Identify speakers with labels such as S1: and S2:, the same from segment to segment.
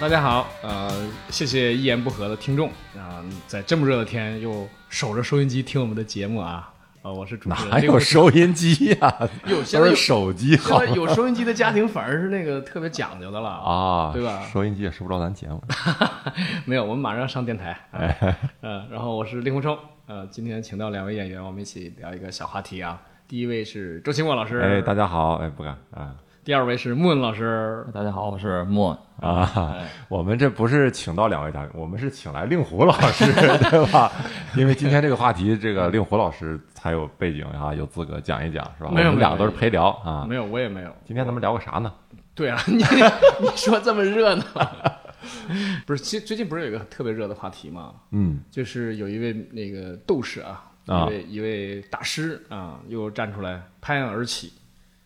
S1: 大家好，呃，谢谢一言不合的听众啊、在这么热的天又守着收音机听我们的节目啊，呃，我是主持人，
S2: 哪有收音机呀、
S1: 有现
S2: 都
S1: 在
S2: 是
S1: 有
S2: 手机
S1: 现
S2: 好
S1: 在有收音机的家庭反而是那个特别讲究的了啊
S2: 啊，
S1: 对吧
S2: 收音机也收不着咱节目。
S1: 没有，我们马上要上电台。嗯、
S2: 哎
S1: 呃，然后我是令狐冲。呃，今天请到两位演员，我们一起聊一个小话题啊。第一位是周清墨老师，
S2: 哎，大家好，哎，不敢啊
S1: 第二位是莫文老师。
S3: 大家好，我是莫。
S1: 哎
S2: 啊！我们这不是请到两位嘉宾，我们是请来令狐老 师，对吧？因为今天这个话题，这个令狐老师才有背景啊，有资格讲一讲，是吧？
S1: 没有
S2: 我们两
S1: 没有
S2: 个都是陪聊啊
S1: 没。有，我也没有。
S2: 今天咱们聊个啥呢？
S1: 对啊， 你你说这么热闹， 不是？其实最近不是有一个特别热的话题吗？
S2: 嗯，
S1: 就是有一位那个斗士啊，
S2: 啊
S1: 一位一位大师啊，又站出来拍案而起，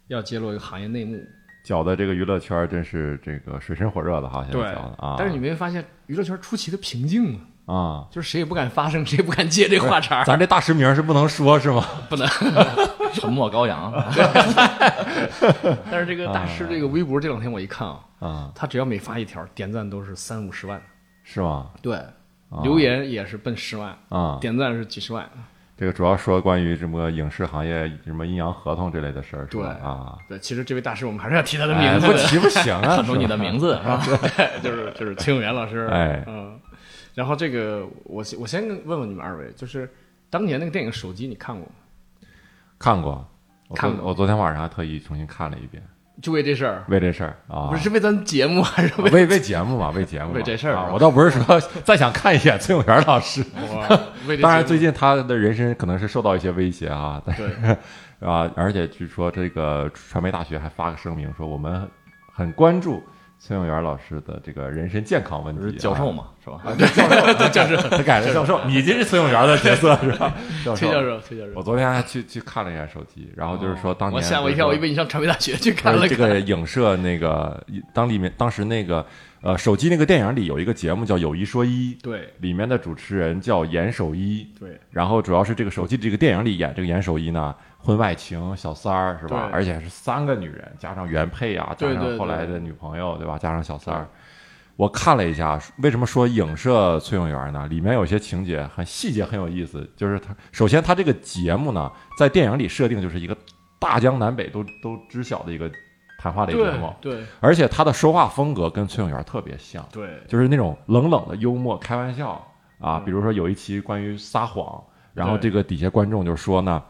S1: 要揭露一个行业内幕。
S2: 搅的这个娱乐圈真是这个水深火热的哈，现
S1: 对
S2: 在搅的啊。
S1: 但是你没发现娱乐圈出奇的平静吗？
S2: 啊，
S1: 就是谁也不敢发声，谁也不敢接这话 茬儿。
S2: 咱这大实名是不能说是吗？
S3: 沉默羔羊，
S1: 但是这个大师这个微博这两天我一看啊，
S2: 啊，
S1: 他只要每发一条，点赞都是三五十万，
S2: 是吗？
S1: 对，留言也是奔十万，
S2: 啊，
S1: 点赞是几十万，
S2: 这个主要说关于什么影视行业什么阴阳合同这类的事儿，是吧
S1: 对
S2: 啊，
S1: 对。其实这位大师我们还是要提他的
S2: 哎
S1: 名字
S2: 不
S1: 的，
S2: 提不行 啊，
S3: 喊出你的名字是吧？
S1: 对 就是就是崔永元老师，
S2: 哎
S1: 嗯。然后这个我先我先问问你们二位，就是当年那个电影《手机》你看过吗？
S2: 看过，我昨
S1: 看过
S2: 我昨天晚上还特意重新看了一遍，
S1: 就为这事儿，
S2: 为这事儿啊，
S1: 不是是为咱节目还是为？
S2: 为为节目嘛，为节目嘛，
S1: 为这事儿
S2: 啊
S1: 是吧
S2: 我倒不是说 再想看一眼崔永元老师，
S1: 哇为这节目
S2: 当然最近他的人身可能是受到一些威胁啊，但
S1: 对
S2: 啊，而且据说这个传媒大学还发个声明说我们很关注崔永元老师的这个人身健康问
S3: 不
S2: 题
S3: 是
S2: 啊，
S3: 教授嘛，是吧？
S2: 他改了教授，你这是崔永元的角色是 吧？教
S1: 崔教授，崔教授
S2: 我，昨天还去去看了一下手机，然后就是说当年
S1: 哦我
S2: 就是
S1: 吓
S2: 说、
S1: 我一跳，我以为你上传媒大学去看
S2: 而
S1: 了
S2: 这
S1: 看
S2: 个影射那个当里面当时那个呃手机那个电影里有一个节目叫《有一说一》，
S1: 对
S2: 里面的主持人叫严守一，
S1: 对，
S2: 然后主要是这个手机这个电影里演这个严守一呢，婚外情小三儿是吧
S1: 对？
S2: 而且是三个女人，加上原配啊，加
S1: 对对
S2: 上后来
S1: 对
S2: 的女朋友对吧？加上小三儿。我看了一下，为什么说影射崔永元呢？里面有些情节很细节很有意思，就是他首先他这个节目呢，在电影里设定就是一个大江南北都都知晓的一个谈话类节目，
S1: 对
S2: 而且他的说话风格跟崔永元特别像。
S1: 对
S2: 就是那种冷冷的幽默开玩笑啊。比如说有一期关于撒谎，然后
S1: 嗯对
S2: 这个底下观众就说呢。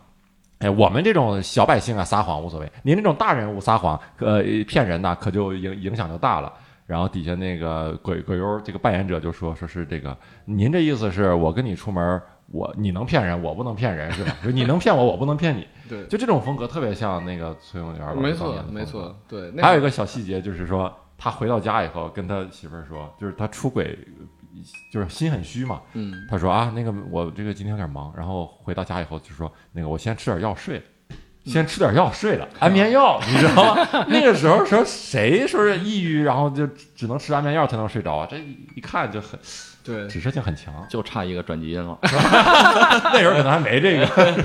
S2: 哎，我们这种小百姓啊，撒谎无所谓。您这种大人物撒谎，呃，骗人呐、可就影影响就大了。然后底下那个鬼鬼优这个扮演者就说，说是这个，您这意思是我跟你出门，我你能骗人，我不能骗人是吧？ 就你能骗我，我不能骗你，
S1: 对，
S2: 就这种风格特别像那个崔永元老师
S1: 没
S2: 当
S1: 错
S2: 年的
S1: 没
S2: 风格
S1: 错，对。那
S2: 还有一个小细节就是说，他回到家以后跟他媳妇儿说，就是他出轨，就是心很虚嘛。
S1: 嗯，
S2: 他说啊，那个我这个今天有点忙，然后回到家以后就说，那个我先吃点药睡了。
S1: 嗯
S2: 先吃点药睡了，安眠药，你知道吗？ 那个时候说谁说是抑郁，然后就只只能吃安眠药才能睡着啊？这一看就很
S1: 对，
S2: 指涉性很强，
S3: 就差一个转基因了。
S2: 那时候可能还没 这个。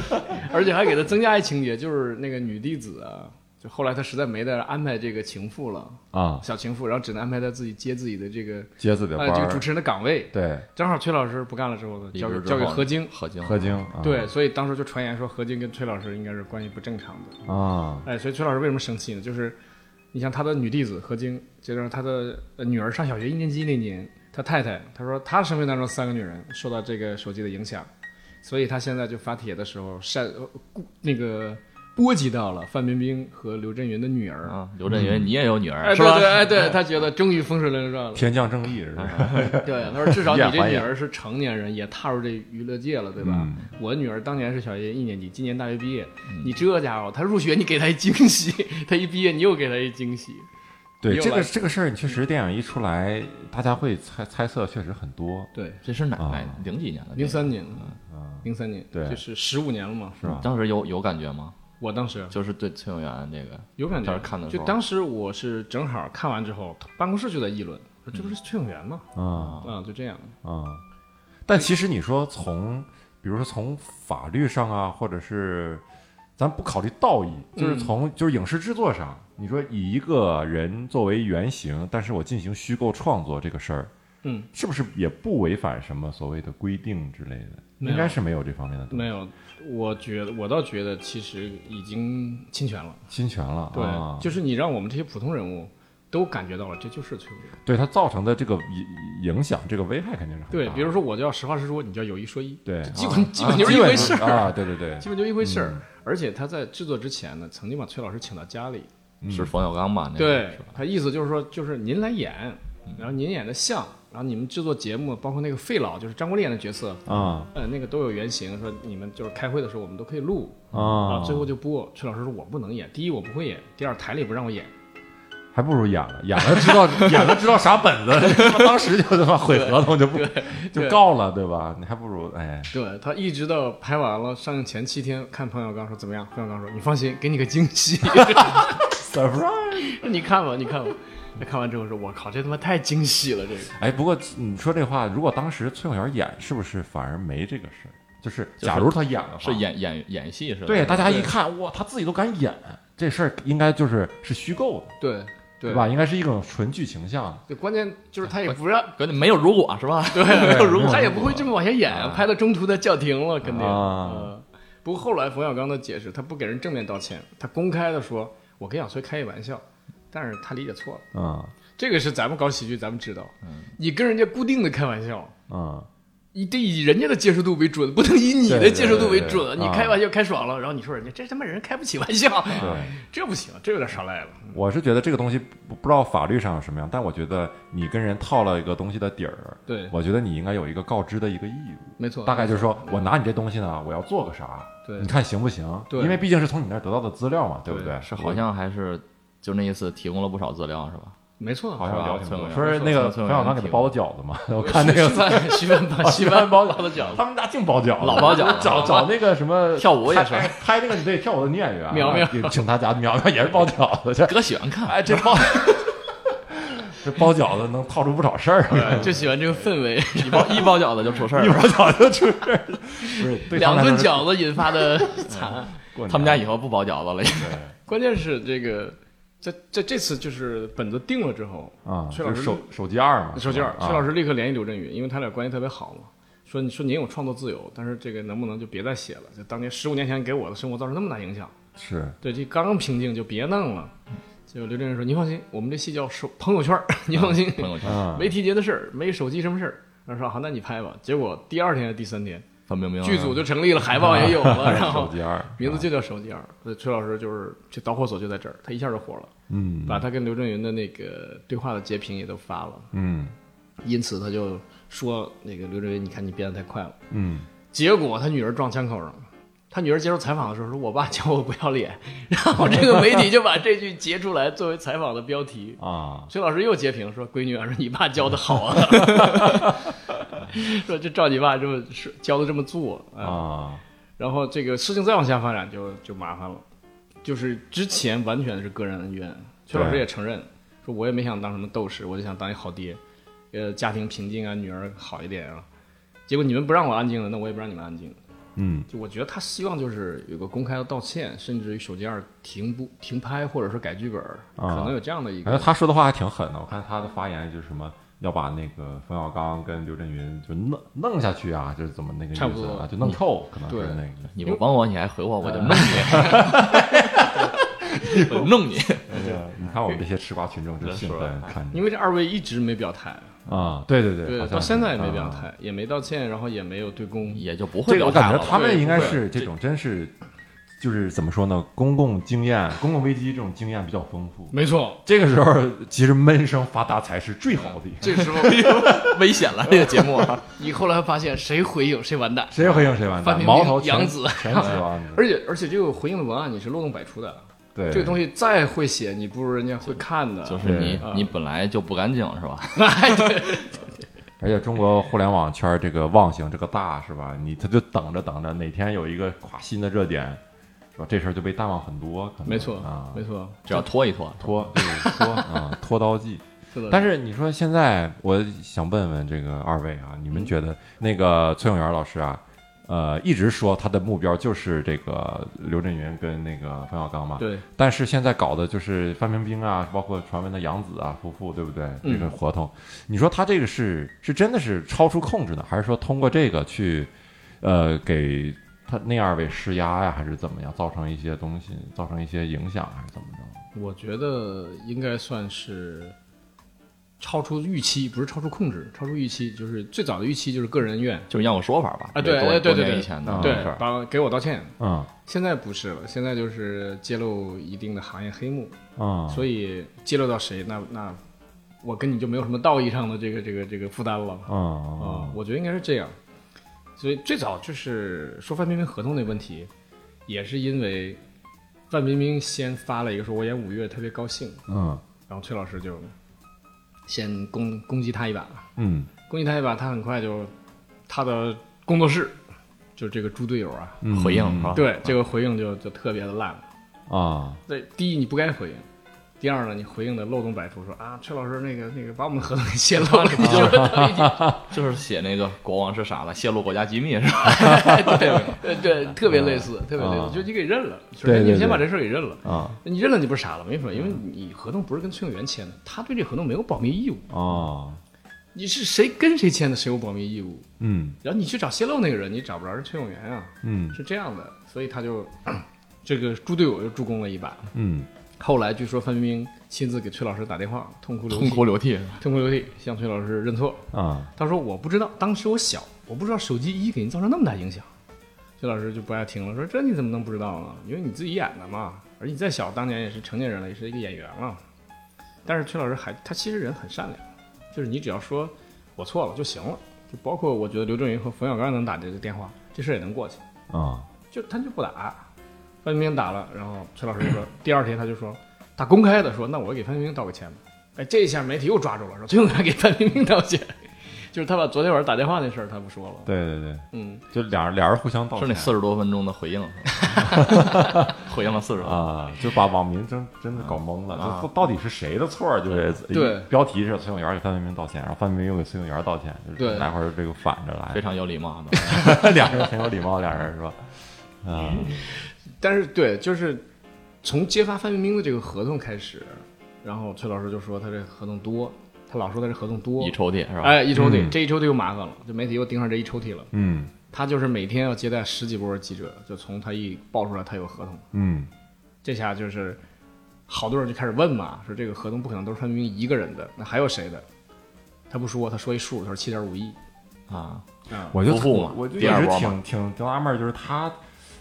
S1: 而且还给他增加一情节，就是那个女弟子啊，就后来他实在没得安排这个情妇了，
S2: 啊，
S1: 小情妇，然后只能安排他自己接自己的这个
S2: 接自己的
S1: 呃
S2: 班
S1: 这个主
S2: 儿，
S1: 持人的岗位。
S2: 对，
S1: 正好崔老师不干了之后呢，
S3: 离
S1: 交给
S3: 职之
S1: 交给
S3: 后
S1: 何晶。
S3: 何晶，
S2: 何晶，啊
S1: 对，所以当时就传言说何晶跟崔老师应该是关系不正常的。
S2: 啊，
S1: 哎，所以崔老师为什么生气呢？就是你像他的女弟子何晶，接着他的呃女儿上小学一年级那年，他太太他说他生命当中三个女人受到这个手机的影响，所以他现在就发帖的时候晒呃顾那个波及到了范冰冰和刘震云的女儿。
S3: 啊，刘震
S2: 嗯
S3: 云，你也有女
S1: 哎，
S3: 儿是
S1: 对
S3: 吧嗯
S1: 对，？哎，对他觉得终于风水轮转了。
S2: 天降正义是吧？
S1: 啊对，他说至少你
S2: 以眼
S1: 这
S2: 还
S1: 女
S2: 眼
S1: 儿是成年人，也踏入这娱乐界了，对吧？
S2: 嗯
S1: 我女儿当年是小学一年级，今年大学毕业。你这家伙，她入学你给她一惊喜， 她一毕业你又给她一惊喜。
S2: 对
S1: 又
S2: 这
S1: 来嗯
S2: 个这个事儿，你确实电影一出来，大家会猜猜测，确实很多，
S1: 对，
S3: 这是哪来
S2: 啊？
S3: 零几年的？
S1: 零。三年，零三年，
S2: 对
S1: 就是十五年了嘛。
S2: 是吧？
S3: 当时有有感觉吗？
S1: 我当时
S3: 就是对崔永元这个
S1: 有感觉，
S3: 当时看的时
S1: 嗯就
S3: 候
S1: 当时我是正好看完之后，办公室就在议论，说这不是崔永元吗？
S2: 嗯啊
S1: 啊，就这样。
S2: 啊！但其实你说从，比如说从法律上啊，或者是咱不考虑道义，就是
S1: 嗯
S2: 从、就是影视制作上，你说以一个人作为原型，但是我进行虚构创作这个事儿，
S1: 嗯，
S2: 是不是也不违反什么所谓的规定之类的？
S1: 没有
S2: 应该是没有这方面的东西
S1: 没有，我觉得我倒觉得其实已经侵权了。
S2: 侵权了，
S1: 对，
S2: 啊、
S1: 就是你让我们这些普通人物都感觉到了，这就是崔永元。
S2: 对它造成的这个影影响，这个危害肯定是很大的。
S1: 对，比如说我叫实话实说，你叫有一说一，
S2: 对，
S1: 基
S2: 啊
S1: 本、基本就是一回事
S2: 啊基
S1: 儿、
S2: 本啊，对对对，
S1: 基本就一回事
S3: 嗯
S1: 儿、而且他在制作之前呢，曾经把崔老师请到家里，
S2: 嗯
S3: 是冯小刚吧？那个
S1: 对
S3: 嗯是吧嗯
S1: 他意思就是说，就是您来演，然后您演的像，然后你们制作节目，包括那个费老，就是张国立演的角色，
S2: 啊
S1: 呃，那个都有原型，说你们就是开会的时候我们都可以录，啊，
S2: 啊，
S1: 最后就播。崔老师说我不能演，第一我不会演，第二台里不让我演，
S2: 还不如演了，演了知 道演了知道啥本子， 他妈当时就他妈毁合同就不就
S1: 对
S2: 告了，对吧？你还不如哎，
S1: 对他一直到拍完了上映前七天，看冯小刚说怎么样？冯小刚说你放心，给你个惊 喜，
S2: surprise。
S1: 你看吧，你看吧。他看完之后说：“我靠，这他妈太惊喜了！这个
S2: 哎，不过你说这话，如果当时崔永元演，是不是反而没这个事儿？就是假如他演的话，
S3: 是演演演戏是吧？
S2: 对大家一看，哇，他自己都敢演，这事儿应该就是是虚构的，
S1: 对
S2: 对
S1: 对？
S2: 吧？应该是一种纯剧情向的。
S1: 对，关键就是他也不 让，
S3: 关键没有如果是吧？
S2: 啊
S3: 对，
S1: 没有如
S2: 没有
S1: 他也不会这么往下演
S2: 啊，
S1: 拍到中途他叫停了，肯定。
S2: 啊
S1: 呃不过后来冯小刚的解释，他不给人正面道歉，他公开的说：“我跟小崔开一玩笑，但是他理解错了。
S2: 嗯”
S1: 这个是咱们搞喜剧，咱们知道，你跟人家固定的开玩笑，
S2: 嗯，
S1: 你得以人家的接受度为准，不能以你的
S2: 对
S1: 接受度为
S2: 对对
S1: 准。
S2: 对
S1: 你
S2: 啊
S1: 开玩笑开爽了，然后你说人家这他妈人开不起玩笑，
S2: 对，
S1: 这不行，这有点耍赖了。
S2: 我是觉得这个东西不不知道法律上是什么样，但我觉得你跟人套了一个东西的底儿，
S1: 对，
S2: 我觉得你应该有一个告知的一个义务，
S1: 没错，
S2: 大概就是说我拿你这东西呢，我要做个啥，
S1: 对
S2: 你看行不行？
S1: 对
S2: 因为毕竟是从你那儿得到的资料嘛，对不对？
S3: 是好像还是就那一次提供了不少资料是吧？
S1: 没错，
S2: 好像聊挺多，
S3: 是吧
S2: 说是那个
S3: 崔
S2: 冯
S3: 永元
S2: 小刚给他包的饺 子嘛，我看那
S1: 徐
S2: 个哦
S1: 帆，徐帆包，徐帆包包的饺子，
S2: 他们家净包饺子，
S3: 老包饺子
S2: 找找那个什么
S3: 跳舞也是
S2: 拍拍那个对跳舞的女演员，
S1: 苗苗
S2: 也请他家苗苗也是包饺子去，
S3: 哥喜欢看，
S2: 哎，这包这包饺子能套出不少事儿啊。
S1: 就喜欢这个氛 围。
S3: 一包一包饺子就出事儿
S2: 一
S3: 了。
S2: 包饺子出事儿，不是对他
S1: 两
S2: 们
S1: 顿
S2: 来说
S1: 饺子引发 的惨
S3: 嗯
S1: 案，
S2: 是过年
S3: 他们家以后不包饺子了。
S1: 关键是这个，在在这次就是本子定了之后，
S2: 啊，
S1: 崔
S2: 就
S1: 老
S2: 是
S1: 师
S2: 手手机二
S3: 啊
S2: 嘛，啊
S1: 手机二，
S2: 是吧
S1: 崔老师立刻联系刘震云，因为他俩关系特别好嘛。说你说您有创作自由，但是这个能不能就别再写了？就当年十五年前给我的生活造成那么大影响，
S2: 是
S1: 对，这刚平静就别弄了。就刘震云说：“您放心，我们这戏叫手朋友圈儿，您放心，
S3: 朋友圈
S2: 啊，
S1: 没提节的事儿，没手机什么事儿。”他说：“好，那你拍吧。”结果第二天、第三天，
S3: 范冰冰
S1: 剧组就成立了，海报也有
S3: 哎
S1: 了，然
S2: 哎手
S1: 后
S2: 机二
S1: 名字就叫手机二。所以崔老师就是这导火索就在这儿，他一下就火了，
S2: 嗯
S1: 把他跟刘震云的那个对话的截屏也都发了，
S2: 嗯
S1: 因此他就说：“那个刘震云，你看你变得太快了。”
S2: 嗯，
S1: 结果他女儿撞枪口上了。他女儿接受采访的时候说：“我爸教我不要脸。”然后这个媒体就把这句截出来作为采访的标题。
S2: 啊，
S1: 崔老师又截屏说：“闺女啊，说你爸教的好啊， 说就照你爸这么说教的这么做啊。
S2: 啊，”
S1: 然后这个事情再往下发展就就麻烦了，就是之前完全是个人恩怨。崔老师
S2: 对
S1: 也承认说：“我也没想当什么斗士，我就想当一好爹，呃，家庭平静啊，女儿好一点啊。”结果你们不让我安静了，那我也不让你们安静。
S2: 嗯
S1: 就我觉得他希望就是有个公开的道歉，甚至于手机二停不停拍，或者说改剧本，可
S2: 啊
S1: 能有这样的一
S2: 感觉
S1: 个。
S2: 哎他说的话还挺狠的，我看他的发言就是什么。要把那个冯小刚跟刘震云就弄弄下去啊，就是怎么那个意
S1: 差不
S2: 思啊，
S1: 多
S2: 就弄臭，可能是
S1: 对
S2: 那个
S3: 你不帮我，你还回我，我就弄你，我弄你。
S2: 哎呀。你看我们这些吃瓜群众真兴
S3: 是
S2: 奋，
S3: 吧
S2: 看着
S1: 因为这二位一直没表态，
S2: 啊，对对
S1: 对，
S2: 好像
S1: 到现
S2: 是
S1: 在也没表
S2: 啊
S1: 态，也没道歉，然后也没有对公。
S3: 也就不会
S2: 这个
S3: 表
S2: 我
S3: 态
S2: 感觉
S3: 了。
S2: 他们应该
S1: 对
S2: 是这种，真是就是怎么说呢？公共经验、公共危机这种经验比较丰富。
S1: 没错，
S2: 这个时候，其实闷声发大财是最好的。
S1: 这时候
S3: 危险了，这个节目啊，
S1: 你后来发现谁回应谁完蛋，
S2: 谁回应谁完
S1: 范
S2: 蛋，
S1: 冰
S2: 矛头
S1: 冰、
S2: 全
S1: 杨紫。
S2: 全指望你。
S1: 而且而且这个回应的文案你是漏洞百出的，
S2: 对
S1: 这个东西再会写，你不如人家会看的。
S3: 就是你
S2: 啊
S1: 对
S3: 你本来就不干净是吧？
S2: 而且中国互联网圈这个忘性这个大是吧？你他就等着等着，哪天有一个跨新的热点，是吧？这事儿就被淡忘很多。可能
S1: 没错
S2: 啊，，
S1: 没错，
S3: 只要拖一拖，
S2: 拖就是 拖啊，拖刀计。
S1: 是的。
S2: 但
S1: 是
S2: 是你说现在，我想问问这个二位啊，你们觉得那个崔永元老师啊，
S1: 嗯
S2: 呃，一直说他的目标就是这个刘震云跟那个冯小刚嘛。
S1: 对，
S2: 但是现在搞的就是范冰冰啊，包括传闻的杨紫啊夫妇，对不对？
S1: 嗯
S2: 这个合同，你说他这个是是真的是超出控制呢，还是说通过这个去，呃，给他那二位施压呀，还是怎么样，造成一些东西，造成一些影响，还是怎么着？
S1: 我觉得应该算是超出预期，不是超出控制，超出预期就是最早的预期就是个人恩怨，
S3: 就是要个说法吧。
S1: 啊对
S3: 多
S1: 哎对对
S3: 多年
S1: 对
S3: 以前的
S1: 对
S3: 事儿，
S1: 把给我道歉。
S2: 嗯
S1: 现在不是了，现在就是揭露一定的行业黑幕，
S2: 嗯，
S3: 啊
S1: 所以揭露到谁，那那我跟你就没有什么道义上的这个这个这个负担了啊、
S2: 嗯
S1: 我觉得应该是这样。所以最早就是说范冰冰合同那问题，也是因为范冰冰先发了一个说我演五月特别高兴，
S2: 嗯
S1: 然后崔老师就先攻攻击他一把，
S2: 嗯
S1: 攻击他一把，他很快就他的工作室就这个猪队友啊，
S2: 嗯，
S3: 回应是吧？
S1: 对这个回应就就特别的烂。
S2: 啊，
S1: 对，第一你不该回应，第二呢你回应的漏洞百出，说啊崔老师那个那个把我们合同给泄露 了，你就
S3: 就是写那个国王是傻了，泄露国家机密是吧？
S1: 对对，特别类似，特别类
S2: 啊
S1: 似，就你给认了，就
S2: 对
S1: 是
S2: 对
S1: 你先把
S2: 对
S1: 这事儿给认了。
S3: 啊，
S1: 你认了，你不是傻了，没什么，因为你合同不是跟崔永元签的，他对这合同没有保密义务。
S2: 哦，
S1: 你是谁跟谁签的，谁有保密义务？
S2: 嗯
S1: 然后你去找泄露那个人，你找不着是崔永元啊，
S2: 嗯
S1: 是这样的，所以他就 这个猪队友又助攻了一把。
S2: 嗯
S1: 后来据说范冰冰亲自给崔老师打电话，痛哭流涕
S3: 痛，哭流涕，
S1: 痛哭流涕向崔老师认错。
S2: 啊
S1: 他说我不知道，当时我小，我不知道手机一给您造成那么大影响。崔老师就不爱听了，说这你怎么能不知道呢？因为你自己演的嘛，而你再小，当年也是成年人了，也是一个演员了。但是崔老师还他其实人很善良，就是你只要说我错了就行了，就包括我觉得刘震云和冯小刚能打这个电话，这事儿也能过去。
S2: 啊
S1: 就他就不打，范冰冰打了，然后崔老师就说，第二天他就说，他公开的说，那我给范冰冰道个歉吧。哎，这一下媒体又抓住了，说崔永元给范冰冰道歉， 就是他把昨天晚上打电话那事儿他不说了，
S2: 对对对，
S1: 嗯，
S2: 就俩人俩人互相道
S3: 是
S2: 歉
S3: 那四十多分钟的回应， 回应了四十多。
S2: 啊，就把网民真真的搞懵了，
S3: 啊
S2: 这到底是谁的错儿？就是
S1: 对
S2: 标题是崔永元给范冰冰道歉，然后范冰冰又给崔永元道歉，就是
S1: 对
S2: 来回儿这个反着来
S3: 非，常有礼貌 的，
S2: 俩人很有礼貌，俩人是吧？啊，
S3: 嗯
S1: 但是对，就是从揭发范冰冰的这个合同开始，然后崔老师就说他这合同多，他老说他这合同多
S3: 一，抽屉是吧？
S1: 哎，一抽屉，
S2: 嗯
S1: 这一抽屉又麻烦了，这媒体又盯上这一抽屉了，
S2: 嗯
S1: 他就是每天要接待十几波记者，就从他一爆出来他有合同。
S2: 嗯
S1: 这下就是好多人就开始问嘛，说这个合同不可能都是范冰冰一个人的，那还有谁的？他不说，他说一数，他说七点五亿。
S3: 啊，
S1: 啊，
S2: 我就
S3: 夫妇嘛
S2: 我就一
S3: 第二
S2: 直
S3: 波嘛
S2: 挺挺挺纳闷儿，就是他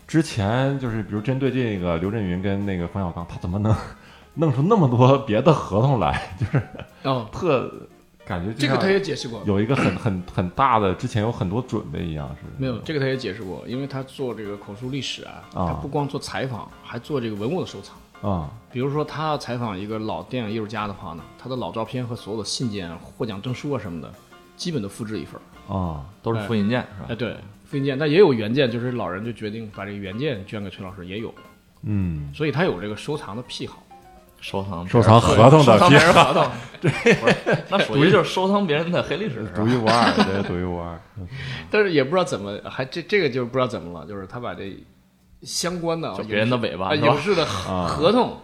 S2: 之前就是比如针对这个刘震云跟那个冯小刚，他怎么能 弄出那么多别的合同来？就是
S1: 哦，
S2: 特感觉就
S1: 这个
S2: 像
S1: 他也解释过，
S2: 有一个很很很大的之前有很多准备一样，是
S1: 没有这个他也解释过，因为他做这个口述历史啊，
S2: 啊
S1: 他不光做采访，还做这个文物的收藏。
S2: 啊
S1: 比如说，他要采访一个老电影艺术家的话呢，他的老照片和所有的信件、获奖证书啊什么的，基本都复制一份儿。
S2: 啊
S3: 都是复印件是吧
S1: 哎，？对，复印件，但也有原件，就是老人就决定把这个原件捐给崔老师，也有，
S2: 嗯，
S1: 所以他有这个收藏的癖好。
S3: 收藏
S2: 啊收藏合同的
S3: 收藏
S2: 别
S3: 别人合 同，对，那属于就是收藏别人的黑历史是吧
S2: 独一无二，对，独一无 二。
S1: 但是也不知道怎么，还这这个就不知道怎么了，就是他把这相关的啊
S3: 就别人的尾巴
S1: 影视
S3: 是
S1: 啊
S3: 吧
S1: 影视的合合同，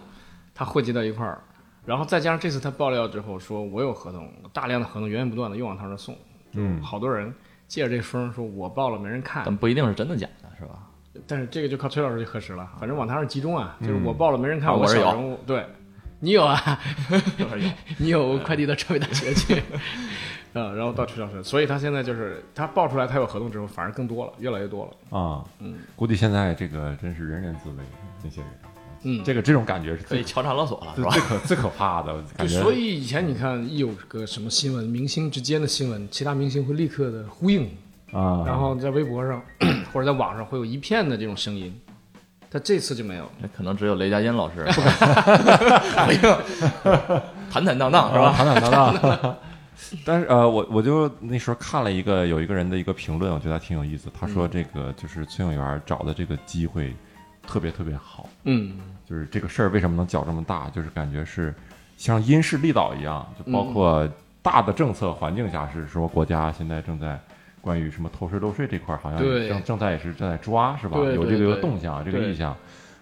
S1: 他汇集到一块儿，然后再加上这次他爆料之后，说我有合同，大量的合同源源不断的又往他这儿送，
S2: 嗯
S1: 好多人借着这风说我报了没人看，
S3: 但不一定是真的假的是吧？
S1: 但是这个就靠崔老师去核实了，反正往他这儿集中啊，就是我报了没人看，
S3: 啊我
S1: 小
S3: 是嗯有
S1: 人物对。你有啊？
S3: 就是有
S1: 你有快递到浙北大学去， 啊，然后到崔老师，所以他现在就是他爆出来他有合同之后，反而更多了，越来越多了。
S2: 啊，
S1: 嗯
S2: 估计现在这个真是人人自危，那些人，
S1: 嗯，
S2: 这个这种感觉是
S3: 可以
S2: 最
S3: 敲诈勒索了是
S2: 最
S3: 吧？
S2: 最可最可怕的
S1: 对，
S2: 感觉。
S1: 所以以前你看一有个什么新闻，明星之间的新闻，其他明星会立刻的呼应，
S2: 啊，
S1: 然后在微博上 或者在网上会有一片的这种声音，但这次就没有。
S3: 那可能只有雷佳音老师 不敢回应，坦坦荡荡是
S2: 是吧？
S1: 啊
S3: 吧？
S2: 坦坦荡荡。 但是呃，我我就那时候看了一个有一个人的一个评论，我觉得还挺有意思。他说这个就是崔永元找的这个机会特别特别好，
S1: 嗯，
S2: 就是这个事儿为什么能搅这么大，就是感觉是像因势利导一样，就包括大的政策环境下是说国家现在正在。关于什么偷税漏税这块儿，好像
S1: 对
S2: 正正在也是正在抓，是吧？
S1: 对
S2: 有这个
S1: 对
S2: 有
S1: 对
S2: 动向，啊这个
S1: 对
S2: 意向。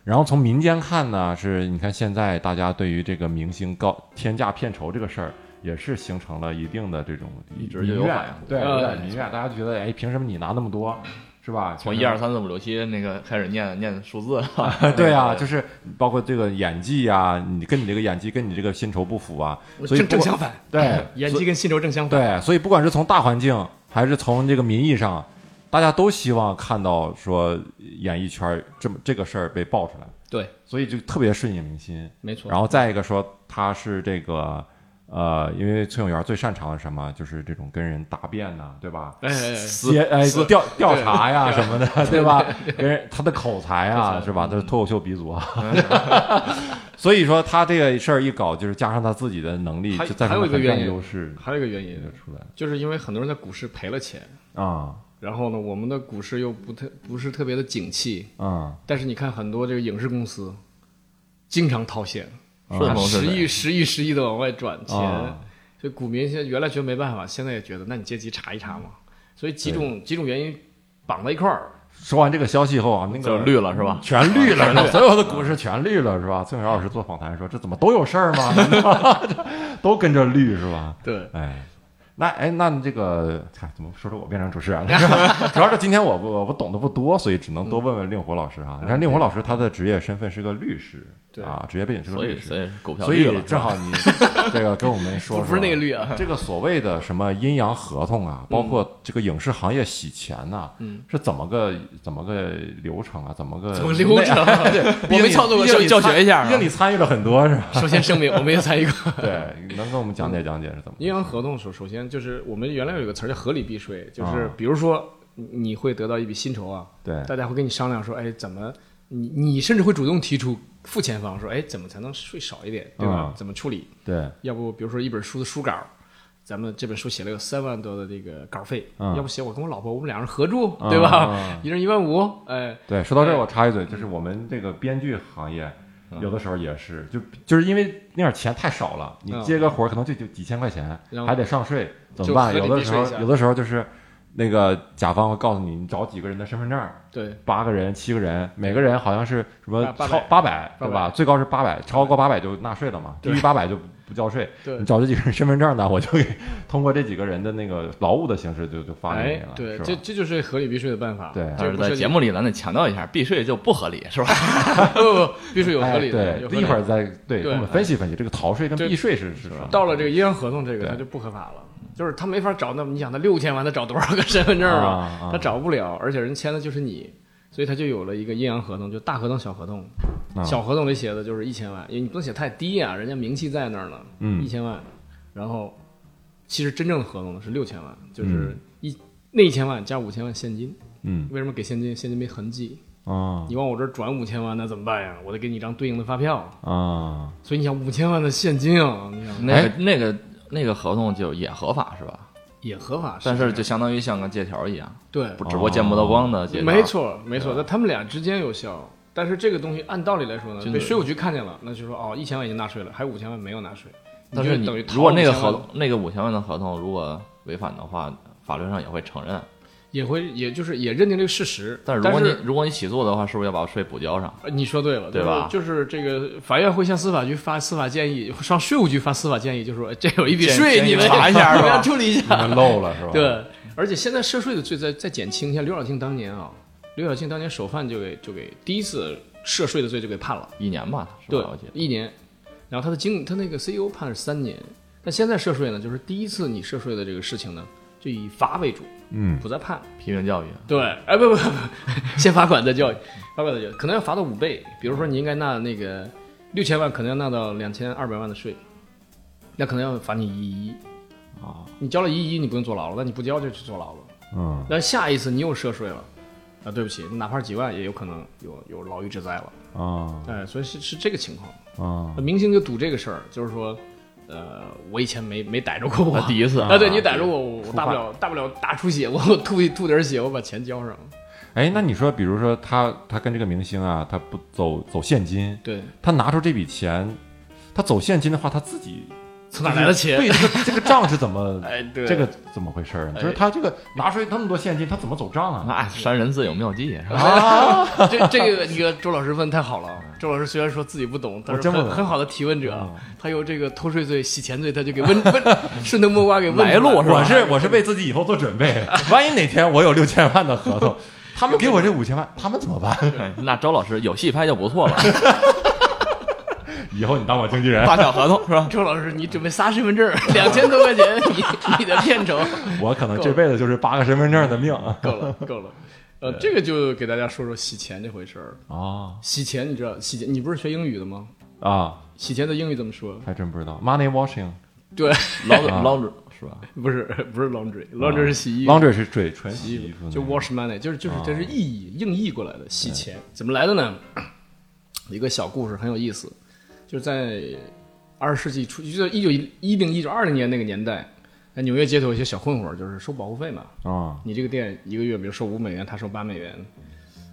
S2: 然后从民间看呢，是你看现在大家对于这个明星高天价片酬这个事儿，也是形成了一定的这种
S3: 一直就
S2: 民
S3: 有
S2: 怨
S3: 反应，
S2: 对
S1: 呃
S2: 对民怨，大家觉得哎，凭什么你拿那么多，是吧？
S3: 从
S2: 凭
S3: 一
S2: 什么
S3: 二三四五六七那个开始念念数字了，
S2: 对啊，就是包括这个演技啊，你跟你这个演技跟你这个薪酬不符啊，所以
S1: 嗯正正
S2: 不管
S1: 相反，
S2: 对
S1: 演
S2: 所
S1: 技
S2: 以
S1: 跟薪酬正相反。
S2: 对，所以不管是从大环境还是从这个民意上，大家都希望看到说演艺圈儿这么这个事儿被爆出来，
S1: 对，
S2: 所以就特别顺应民心。
S1: 没错。
S2: 然后再一个说他是这个呃，因为崔永元最擅长的什么，就是这种跟人答辩呐、对吧？
S1: 哎哎哎，
S2: 接哎调调查呀什么的，对吧？跟人他的口才啊，是吧？他是脱口秀鼻祖啊，所以说他这个事儿一搞，就是加上他自己的能力，
S1: 还
S2: 就再
S1: 还有一个原因
S2: 优势
S1: 还有一个原因
S2: 就出来了
S1: 就是因为很多人在股市赔了钱，
S2: 啊
S1: 然后呢，我们的股市又不特不是特别的景气，
S2: 啊
S1: 但是你看很多这个影视公司经常套现，
S3: 顺风顺
S1: 十
S3: 水
S1: 亿、十亿、十亿的往外转钱，
S2: 啊
S1: 所以股民现在原来觉得没办法，现在也觉得，那你阶级查一查嘛。所以几种几种原因绑在一块儿，
S2: 说完这个消息以后啊，那
S3: 就
S2: 个
S3: 绿了是吧？
S2: 全绿了，所有的股市全绿了，是吧？崔永元老师做访谈说，这怎么都有事儿吗？ 都跟着绿是吧？
S1: 对，
S2: 哎，那哎，那你这个，看怎么说说我变成主持人了？是吧 主要是今天我不我不懂得不多，所以只能多
S1: 嗯
S2: 问问令狐老师啊。你看令狐老师他的职业身份是个律师，
S1: 对
S2: 啊，职业背景是个
S3: 所以
S2: 律师
S3: 所，以股票
S2: 所
S3: 绿
S2: 以
S3: 了，啊
S2: 正好你这个跟我们说说，
S1: 不是那个绿啊，
S2: 这个所谓的什么阴阳合同啊，包括这个影视行业洗钱呐、
S1: 嗯
S2: 是怎么个怎么个流程啊？怎么 个
S1: 怎么流程？
S2: 毕
S1: 我
S2: 竟
S1: 没
S2: 你
S1: 操作过，
S2: 毕竟你
S1: 教
S2: 参
S1: 学一下啊
S2: 毕。竟你参与了很多是吧？
S1: 首先声明，我没有参与过。
S2: 对，能跟我们讲解讲解是怎么回
S1: 阴
S2: 事？
S1: 阳合同首首先就是我们原来有个词儿叫合理避税，就是
S2: 啊
S1: 比如说你你会得到一笔薪酬啊，
S2: 对
S1: 大家会跟你商量说，哎，怎么你你甚至会主动提出付钱方说，哎，怎么才能税少一点，对吧？
S2: 嗯
S1: 怎么处理？
S2: 对，
S1: 要不比如说一本书的书稿，咱们这本书写了有三万多的这个稿费，
S2: 嗯
S1: 要不写我跟我老婆我们俩人合住，
S2: 嗯
S1: 对吧？
S2: 嗯
S1: 一人一万五，哎，
S2: 对，说到这儿我插一嘴，就是我们这个编剧行业，
S1: 嗯
S2: 有的时候也是，就就是因为那点钱太少了，你
S1: 嗯
S2: 接个活儿可能就就几千块钱
S1: 然，后
S2: 还得上税，怎么
S1: 就
S2: 办？
S1: 合理
S2: 有的
S1: 避
S2: 时
S1: 税
S2: 候
S1: 一下
S2: 有的时候就是那个甲方会告诉你，你找几个人的身份证儿，
S1: 对，
S2: 八个人、七个人，每个人好像是什么
S1: 八
S2: 超八百对
S1: 八
S2: 吧？
S1: 百
S2: 最高是八百，超过八百就纳税了嘛，低于八百就不交税。
S1: 对
S2: 你找这几个人身份证呢，我就给通过这几个人的那个劳务的形式就就发给你
S1: 哎
S2: 了，，
S1: 对，
S2: 是
S1: 这
S2: 吧？
S1: 这就是合理避税的办法，
S2: 对
S3: 但
S1: 这
S3: 是
S1: 不哎
S3: 在
S1: 涉及
S3: 节目里咱得强调一下，避税就不合理是吧？
S1: 不不不避税有合理的，
S2: 哎
S1: 有合
S2: 对，
S1: 理
S2: 一
S1: 的
S2: 会儿再对
S1: 对
S2: 我们分析分析这个逃税跟
S1: 对
S2: 避税是是什么？
S1: 到了这个阴阳合同这个，
S2: 对
S1: 他就不合法了，就是他没法找那么，你想他六千万，他找多少个身份证
S2: 啊啊
S1: 他找不了，而且人签的就是你，所以他就有了一个阴阳合同，就大合同、小合同。
S2: 啊
S1: 小合同里写的就是一千万，因为你不能写太低啊，人家名气在那儿呢，
S2: 嗯
S1: 一千万。然后，其实真正的合同呢是六千万，
S3: 嗯
S1: 就是一、那一千万加五千万现金。
S2: 嗯
S1: 为什么给现金？现金没痕迹，
S2: 啊
S1: 你往我这儿转五千万，那怎么办呀？我得给你一张对应的发票。
S2: 啊，
S1: 所以你想五千万的现金啊，你想
S3: 那个那个那个合同就也合法是吧？
S1: 也合法，
S3: 但
S1: 不
S3: 是就相当于像个借条一样，
S1: 对，
S3: 不只不过见不得光的借条，
S1: 哦没，错，没错，那
S3: 啊
S1: 他们俩之间有效，但是这个东西按道理来说呢，
S3: 真的
S1: 被税务局看见了，那就说哦，一千万已经纳税了，还有五千万没有纳税。
S3: 但是
S1: 你
S3: 你
S1: 就等于逃
S3: 如果那个
S1: 5000
S3: 合
S1: 万
S3: 同那个五千万的合同如果违反的话，法律上也会承认。
S1: 也会，也就是也认定这个事实，
S3: 但
S1: 但
S3: 是如果你如果你起诉的话，是不是要把税补交上？
S1: 呃你说对了，
S3: 对吧
S1: 就是就是这个法院会向司法局发司法建议，上税务局发司法建议，就说哎 这有一笔
S3: 建议
S1: 税，
S3: 建议
S1: 你们
S3: 查一 下
S1: 你们
S3: 是吧
S1: 要处理一
S2: 你
S1: 下。
S2: 们漏了是吧？
S1: 对，而且现在涉税的罪在在减轻，像刘晓庆当年啊，刘晓庆当年首犯就给就给第一次涉税的罪就给判了。
S3: 一年吧，是
S1: 对
S3: 吧？我记，得
S1: 一年。然后他的经理，他那个 CEO 判了三年。但现在涉税呢，就是第一次你涉税的这个事情呢，就以罚为主，
S2: 嗯
S1: 不再判。
S3: 批评教育，
S1: 对，哎，不不不， 不先罚款再教育，罚款再教育，可能要罚到五倍。比如说你应该纳那个六千万，可能要纳到两千二百万的税，那可能要罚你一亿。
S3: 哦，
S1: 你交了一亿，你不用坐牢了；那你不交就去坐牢了。
S2: 嗯
S1: 但下一次你又涉税了，啊，对不起，哪怕几万也有可能有有牢狱之灾了。
S2: 啊
S1: 哎，所以是是这个情况。
S2: 啊
S1: 那明星就赌这个事儿，就是说，呃，我以前没没逮着过我
S3: 他第一次
S1: 啊，对你逮着我，我
S2: 触
S1: 我大
S2: 犯
S1: 不了大不了大出血，我我吐一吐点血，我把钱交上。
S2: 哎，那你说，比如说他他跟这个明星啊，他不走走现金，
S1: 对，
S2: 他拿出这笔钱，他走现金的话，他自己
S1: 从哪来的钱？
S2: 对，这个这个账是 怎么？
S3: 哎，对，
S2: 这个怎么回事儿呢？
S1: 哎
S2: 就是他这个拿出去那么多现金，他怎么走账啊？
S3: 那山哎人自有妙计，是吧？
S2: 啊，
S1: 这这个，你看周老师问太好了。啊周老师虽然说自己不懂，但是
S2: 真不
S1: 很
S2: 懂
S1: 很好的提问者，啊他由这个偷税罪、洗钱罪，他就给问问顺藤摸瓜给问出
S3: 来路是吧
S2: 我是我是为自己以后做准备， 万一哪天我有六千万的 合同，他们给我这五千万，他们怎么
S1: 啊
S2: 办？
S3: 哎 那周老师有戏拍就不 错了，
S2: 以后你当我经纪人，
S3: 发小合同是吧？
S1: 周老师，你准备仨身份证，两千多块钱，你你的片酬
S2: 我可能这辈子就是八个身份证的命啊
S1: 够了，够了。呃，这个就给大家说说洗钱这回事儿。
S2: 啊
S1: 洗钱，你知道洗钱？你不是学英语的吗？
S2: 啊！
S1: 洗钱的英语怎么说？
S2: 还真不知道，money washing
S1: 对，
S3: 捞
S1: 啊
S3: 捞着是吧？
S1: 不是不是 laundry，laundry 是洗衣服。
S2: laundry 是水纯洗衣服的，啊
S1: 就 wash money，就是就是这是意译硬译过来的洗钱，怎么来的呢？ 一个小故事很有意思，就是在二十世纪初，就一九一零一九二零年那个年代，在纽约街头有些小混混儿就是收保护费嘛，
S2: 啊
S1: 你这个店一个月比如收五美元，他收八美元，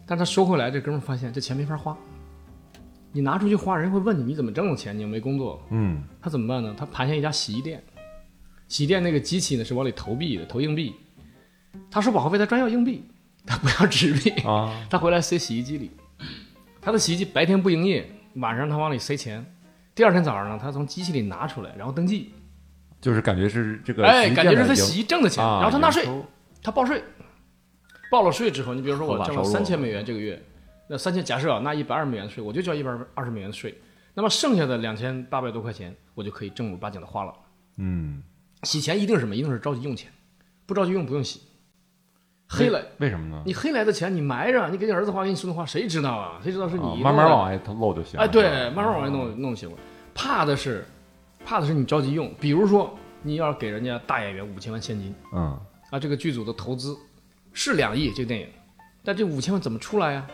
S1: 但他收回来，这哥们儿发现这钱没法花，你拿出去花，人家会问你你怎么挣的钱，你又没工作，
S2: 嗯
S1: 他怎么办呢？他盘下一家洗衣店，洗衣店那个机器呢是往里投币的，投硬币。他收保护费，他专要硬币， 他不要纸币。
S2: 啊
S1: 他回来塞洗衣机里，他的洗衣机白天不营业，晚上他往里塞钱。第二天早上呢，他从机器里拿出来，然后登记，
S2: 就是感觉是这个
S1: 哎，
S2: 洗衣
S1: 感
S2: 店
S1: 觉
S2: 的
S1: 是他
S2: 营
S1: 洗衣挣的钱，
S2: 啊
S1: 然后他纳税
S2: 营，收
S1: 他报税，报了税之后，你比如说
S3: 合
S1: 我
S3: 法
S1: 挣了
S3: 收入
S1: 三千美元这个月，那三千假设啊，纳一百二十美元的税，我就交一百二十美元的税，那么剩下的两千八百多块钱，我就可以正儿八经的花了。
S2: 嗯，
S1: 洗钱一定是什么？一定是着急用钱，不着急用不用洗。黑了，
S2: 为什么呢？
S1: 你黑来的钱你埋着，你给你儿子花，给你孙子花，谁知道啊？谁知道是你、
S2: 啊慢慢往外嗯头漏就行了。
S1: 哎，对
S2: 是吧，
S1: 慢慢往外弄弄行了。怕的是，怕的是你着急用。比如说，你要给人家大演员五千万现金
S2: 嗯，
S1: 啊，这个剧组的投资是两亿这个电影，但这五千万怎么出来呀、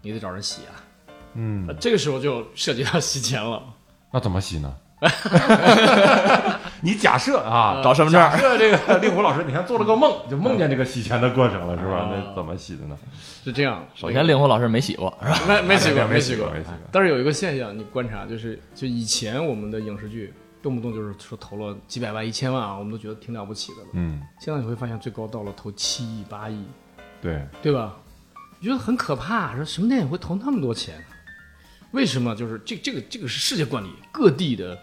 S1: 你得找人洗啊。
S2: 嗯
S1: 啊，这个时候就涉及到洗钱了。
S2: 那怎么洗呢？ 你假设啊，
S3: 找身份证
S2: 假设这个令狐老师，你看做了个梦，就梦见这个洗钱的过程了，是吧？
S1: 啊
S2: 那怎么洗的呢？
S1: 是哎这样，
S3: 首先，令狐老师没洗过是吧？
S1: 没没洗过，
S2: 没
S1: 洗
S2: 过，
S1: 过
S2: 没。洗过。
S1: 但是有一个现象，你观察就是，就以前我们的影视剧动不动就是说投了几百万、一千万啊，我们都觉得挺了不起的了。
S2: 嗯，
S1: 现在你会发现，最高到了投七亿、八亿，
S2: 对，
S1: 对吧？你觉得很可怕，说什么电影会投那么多钱？为什么？就是这这个这个是世界惯例，各地的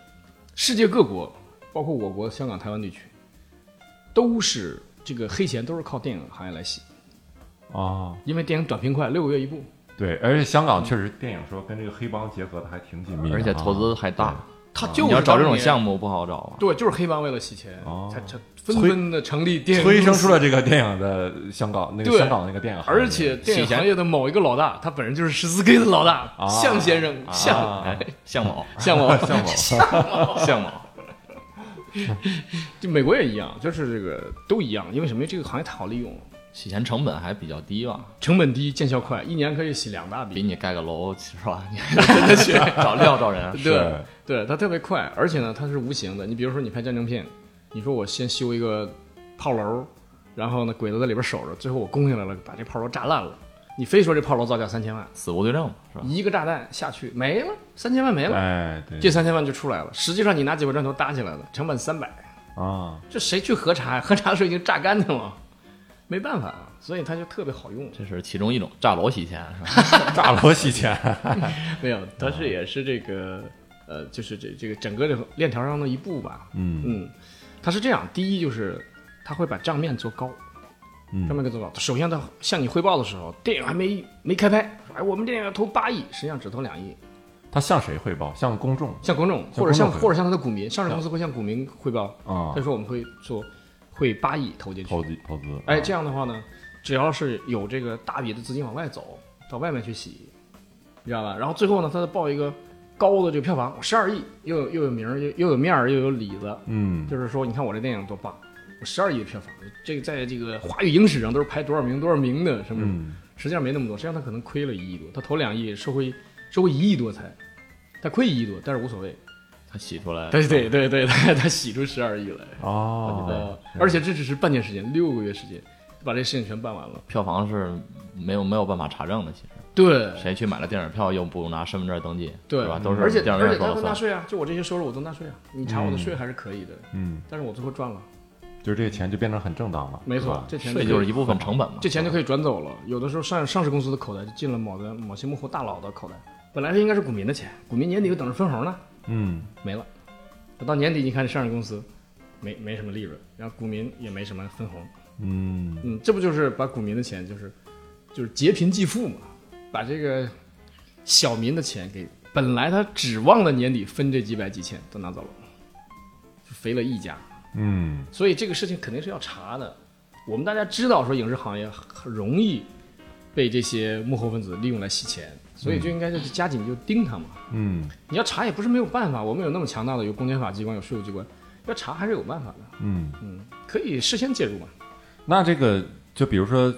S1: 世界各国，包括我国、香港、台湾地区，都是这个黑钱都是靠电影行业来洗，
S2: 啊，
S1: 因为电影短平快，六个月一部，
S2: 对，而且香港确实电影说跟这个黑帮结合的还挺紧密的啊，
S3: 而且投资还大，
S1: 它就
S3: 啊你
S1: 是
S3: 要找这种
S1: 当年
S3: 项目不好找啊。
S1: 对，就是黑帮为了洗钱，
S2: 哦
S1: 才才纷纷的成立电影
S2: 催
S1: 公
S2: 生
S1: 司
S2: 出了这个电影的香港那个
S1: 对
S2: 香港那个电影行业，
S1: 而且电影
S3: 洗钱
S1: 行业的某一个老大，他本人就是十四 K 的老大，
S2: 啊
S1: 向先生，向
S2: 啊
S3: 哎，向某，
S1: 向 某，
S2: 项目
S3: 向某，
S1: 就美国也一样，就是这个都一样，因为什么？这个行业太好利用了，
S3: 洗钱成本还比较低吧？
S1: 成本低，见效快，一年可以洗两大
S3: 比
S1: 笔，
S3: 你盖个楼是吧？ 你还真的去找料找人，
S1: 对对，它特别快，而且呢，它是无形的。你比如说，你拍战争片，你说我先修一个炮楼，然后呢，鬼子在里边守着，最后我攻下来了，把这炮楼炸烂了，你非说这炮楼造价三千万，
S3: 死无对证嘛是吧？
S1: 一个炸弹下去没了，三千万没了。
S2: 哎，
S1: 这
S2: 对
S1: 三千万就出来了。实际上你拿几块砖头搭起来的，成本三百，
S2: 啊，
S1: 这谁去核查呀？核查的时候已经榨干净了，没办法啊，所以它就特别好用。
S3: 这是其中一种炸楼洗钱是吧？
S2: 大罗洗钱，
S1: 没有，它是也是这个呃，就是这这个整个这个链条上的一步吧。
S2: 嗯
S1: 嗯，它是这样，第一就是它会把账面做高，
S2: 嗯
S1: 账面给做高。首先它向你汇报的时候，电影还没没开拍，说哎，我们电影要投八亿，实际上只投两亿，
S2: 他向谁汇报？向公众
S1: 向公众
S2: 向
S1: 或者向
S2: 公众汇报
S1: 或者向他的股民，上市公司会向股民汇报，
S2: 啊
S1: 他，说我们会做会八亿投进去。
S2: 投资投资，
S1: 哎，这样的话呢，只要是有这个大笔的资金往外走，到外面去洗，你知道吧？然后最后呢，他再报一个高的这个票房，十二亿，又有又有名儿，又又有面儿，又有里子，
S2: 嗯，
S1: 就是说，你看我这电影多棒，我十二亿的票房，这个在这个华语影史上都是排多少名多少名的，什么什么，
S2: 嗯
S1: 实际上没那么多，实际上他可能亏了一亿多，他投两亿，收回收回一亿多才，他亏一亿多，但是无所谓，
S3: 他洗出来，
S1: 对对对 对，他他洗出十二亿来。
S2: 哦，
S1: 呃，而且这只是半年时间，六个月时间，把这事情全办完了。
S3: 票房是没有没有办法查证的，其实
S1: 对
S3: 谁去买了电影票又不拿身份证登记，
S1: 对
S3: 是吧？都是
S1: 而且
S3: 电影
S1: 而
S3: 院
S1: 且
S3: 说
S1: 他
S3: 了
S1: 会纳
S3: 算。
S1: 税啊，就我这些收入我都纳税啊，你查我的税还是可以的，
S2: 嗯，
S1: 但是我最后赚了，
S2: 就是这个钱就变成很正当了，
S1: 没
S2: 是
S1: 错
S2: 吧，
S1: 这钱
S3: 税
S1: 可以
S3: 就是一部分成本嘛，
S1: 这钱就可以转走了。有的时候上上市公司的口袋就进了某的某些幕后大佬的口袋，本来是应该是股民的钱，股民年底就等着分红呢，
S2: 嗯，
S1: 没了。到年底你看上市公司没没什么利润，然后股民也没什么分红，
S2: 嗯，
S1: 嗯，这不就是把股民的钱就是就是劫贫济富嘛，把这个小民的钱给本来他指望的年底分这几百几千都拿走了，就肥了一家。
S2: 嗯，
S1: 所以这个事情肯定是要查的。我们大家知道说影视行业很容易被这些幕后分子利用来洗钱，所以就应该就是加紧就盯他嘛。
S2: 嗯，
S1: 你要查也不是没有办法，我们有那么强大的有公检法机关、有税务机关，要查还是有办法的。
S2: 嗯，
S1: 嗯，可以事先介入嘛。
S2: 那这个就比如说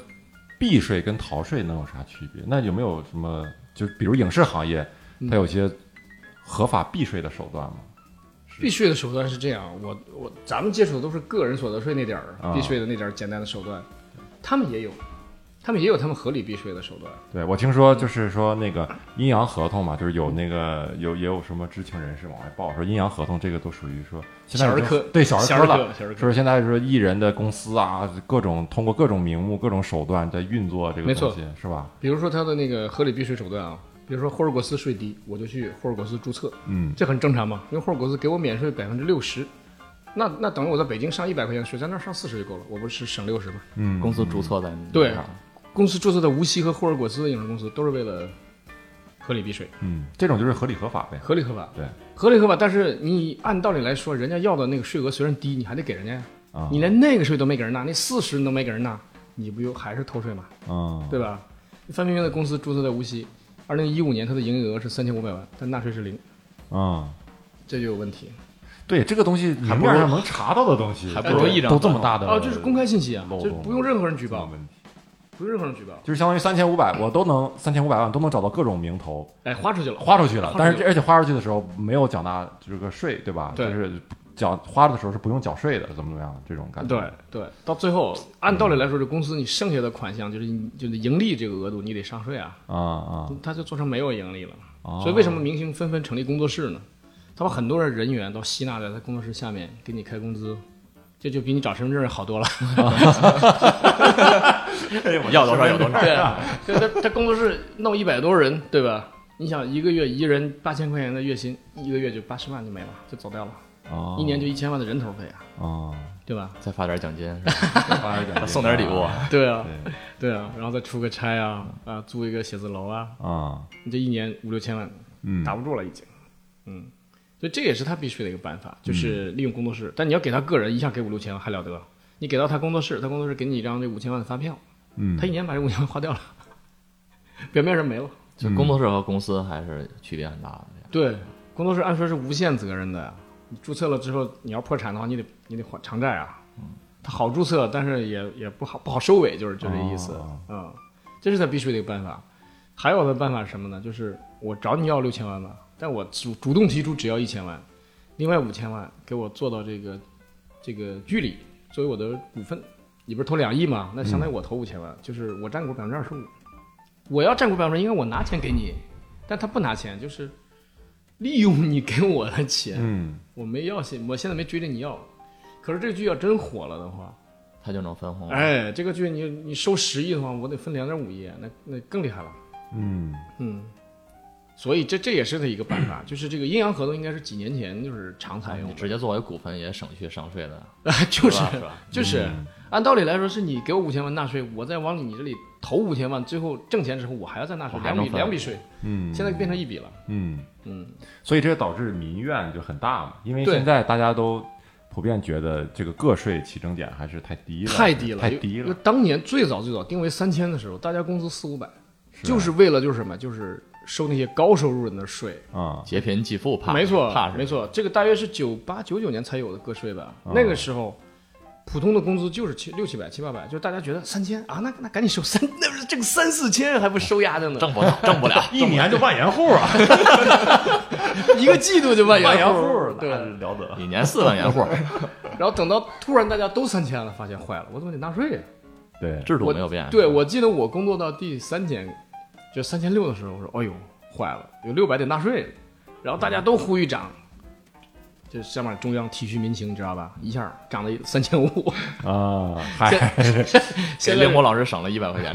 S2: 避税跟逃税能有啥区别？那有没有什么就比如影视行业，
S1: 嗯
S2: 它有些合法避税的手段吗？
S1: 避税的手段是这样，我我咱们接触的都是个人所得税那点儿
S2: 啊
S1: 避税的那点儿简单的手段，他们也有，他们也有他们合理避税的手段。
S2: 对，我听
S1: 嗯
S2: 说就是说那个阴阳合同嘛，就是有那个有也有什么知情人士往外报说阴阳合同这个都属于说现在
S1: 小儿
S2: 已经
S1: 科
S2: 对小儿
S1: 小
S2: 科
S1: 儿
S2: 了，
S1: 科，小儿科
S2: 就。是现在说艺人的公司啊，各种通过各种名目、各种手段在运作这个
S1: 没错
S2: 东西，是吧？
S1: 比如说他的那个合理避税手段啊，比如说霍尔果斯税低，我就去霍尔果斯注册，
S2: 嗯
S1: 这很正常嘛，因为霍尔果斯给我免税百分之六十，那那等于我在北京上一百块钱的税，在那儿上四十就够了，我不是省六十吗？
S2: 嗯，
S3: 公司注册在你
S1: 对
S3: 那儿
S1: 公司注册的无锡和霍尔果斯的影视公司都是为了合理避税，
S2: 嗯，这种就是合理合法呗。
S1: 合理合法，
S2: 对，
S1: 合理合法。但是你按道理来说，人家要的那个税额虽然低，你还得给人家呀，
S2: 啊，
S1: 你连那个税都没给人拿，那四十你都没给人拿，你不就还是偷税吗？
S2: 嗯，
S1: 对吧？范冰冰的公司注册在无锡，二零一五年它的营业额是三千五百万，但纳税是零。
S2: 嗯，
S1: 这就有问题
S2: 对，这个东西
S3: 还
S2: 明
S3: 不
S2: 面
S3: 如
S2: 上能查到的东西，
S3: 还不如一张
S2: 都
S3: 合
S2: 这么
S3: 同
S2: 大的
S1: 哦，这是公开信息啊，
S2: 呃漏
S1: 这
S2: 洞
S1: 不用任何人举报，
S2: 问题，
S1: 不用任何人举报，
S2: 就是相当于三千五百，我都能三千五百万都能找到各种名头，
S1: 哎，花出去了，
S2: 花出去了
S1: 花，出去
S2: 但是这而且花出去的时候没有缴纳这个税，对吧？
S1: 对
S2: 就是缴花的时候是不用缴税的，怎么怎么样这种感觉。
S1: 对对，到最后按道理来说，这公司你剩下的款项就是你就是盈利这个额度，你得上税啊，
S2: 啊啊，
S1: 它就做成没有盈利了。
S2: 哦
S1: 所以为什么明星纷纷成立工作室呢？他把很多的人员都吸纳在他工作室下面，给你开工资，这就比你找身份证好多了。哎
S3: 要多少 有多 少。
S1: 对，啊所以他他工作室弄一百多人，对吧？你想一个月一人八千块钱的月薪，一个月就八十万就没了，就走掉了，
S2: 哦
S1: 一年就一千万的人头费啊，
S2: 哦，
S1: 对吧？
S3: 再发点奖金，是吧
S2: 发点奖金
S3: 送点礼物，
S1: 对啊，
S2: 对
S1: 对啊，然后再出个差啊，啊，租一个写字楼啊，
S2: 啊，
S1: 你这一年五六千万
S2: 嗯
S1: 打不住了已经，嗯，所以这也是他必须的一个办法，就是利用工作室。但你要给他个人一下给五六千万还了得？你给到他工作室，他工作室给你一张这五千万的发票，
S2: 嗯，
S1: 他一年把这五千万花掉了， 表面上没了。
S3: 就工作室和公司还是区别很大的。
S1: 对，工作室按说是无限责任的呀，你注册了之后你要破产的话，你得你得还偿债啊。他好注册，但是也也不好不好收尾，就是就这意思。
S2: 哦
S1: 嗯，这是他必须的一个办法。还有的办法是什么呢？就是我找你要六千万吧，但我主主动提出只要一千万，另外五千万给我做到这个这个剧里作为我的股份，你不是投两亿吗？那
S3: 嗯
S1: 相当于我投五千万，就是我占股百分之二十五。我要占股百分之，应该我拿钱给你，但他不拿钱，就是利用你给我的钱，
S2: 嗯
S1: 我没要钱，我现在没追着你要。可是这个剧要真火了的话，
S3: 他就能分红，
S1: 哎，这个剧你你收十亿的话，我得分两点五亿，那那更厉害了。
S2: 嗯
S1: 嗯，所以这这也是他一个办 法，就是这个阴阳合同应该是几年前就是常采用
S3: 啊你
S1: 的，
S3: 直接作为股份也省去上税的，
S1: 就是
S3: 吧是吧？
S1: 就是，按道理来说是你给我五千万纳税，我再往你这里投五千万，最后挣钱之后我还要再纳税
S3: 我还
S1: 两
S3: 能
S1: 笔
S3: 分
S1: 两笔税，
S2: 嗯，
S1: 现在变成一笔了。
S2: 嗯，
S1: 嗯，
S2: 所以这导致民怨就很大嘛，因为
S1: 对
S2: 现在大家都普遍觉得这个个税起征点还是太低了，
S1: 太低了，
S2: 太
S1: 因为
S2: 低
S1: 因为
S2: 了，
S1: 当年最早最早定为三千的时候，大家工资四五百，
S3: 啊
S1: 就是是为了就是什么，就是收那些高收入人的税。
S2: 啊，，
S3: 劫贫济富怕
S1: 没错
S3: 怕，
S1: 没
S3: 是哦
S1: 错，这个大约是九八九九年才有的个税吧。那个时候，普通的工资就是七六七百、七八百，就是大家觉得三千啊，那那赶紧收三，那不是挣三四千还不收压着呢，
S3: 挣不了，挣 不了
S2: 一年就万元户啊，
S1: 一个季度就万元 户
S2: 户
S1: 儿，对。
S2: 了得。
S3: 一年四万元户，
S1: 然后等到突然大家都三千了，发现坏了，我怎么得纳税呀、
S2: 对，
S3: 制度没有变。
S1: 对，我记得我工作到第三天，就三千六的时候，我说：“哎呦，坏了，有六百得纳税了。”然后大家都呼吁涨，就下面中央体恤民情，你知道吧？一下涨了三千五。
S2: 啊，嗨，
S3: 给
S1: 现在
S3: 令狐老师省了一百块钱。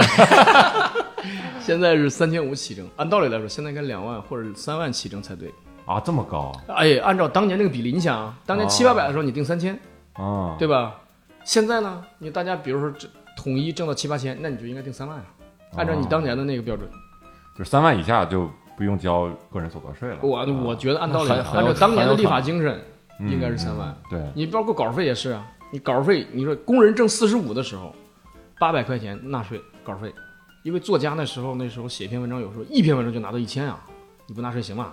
S1: 现在是三千五起征，按道理来说，现在应该两万或者三万起征才对。
S2: 啊，这么高
S1: 哎，按照当年这个比例，你想啊，当年
S2: 哦
S1: 七八百的时候你定三千，
S2: 啊，
S1: 对吧？现在呢，你大家比如说这统一挣到七八千，那你就应该定三万啊，按照你当年的那个标准。
S2: 就是三万以下就不用交个人所得税了。啊
S1: 我我觉得按道理，
S3: 啊很很
S1: 按
S3: 有
S1: 照当年
S3: 很
S1: 的
S3: 有
S1: 立
S3: 可
S1: 法
S3: 能
S1: 精神，
S2: 嗯
S1: 应该是三万。
S2: 对，
S1: 你包括稿费也是啊，你稿费，你说工人挣四十五的时候，八百块钱纳税稿费，因为作家那时候那时候写篇文章，有时候一篇文章就拿到一千啊，你不纳税行吗？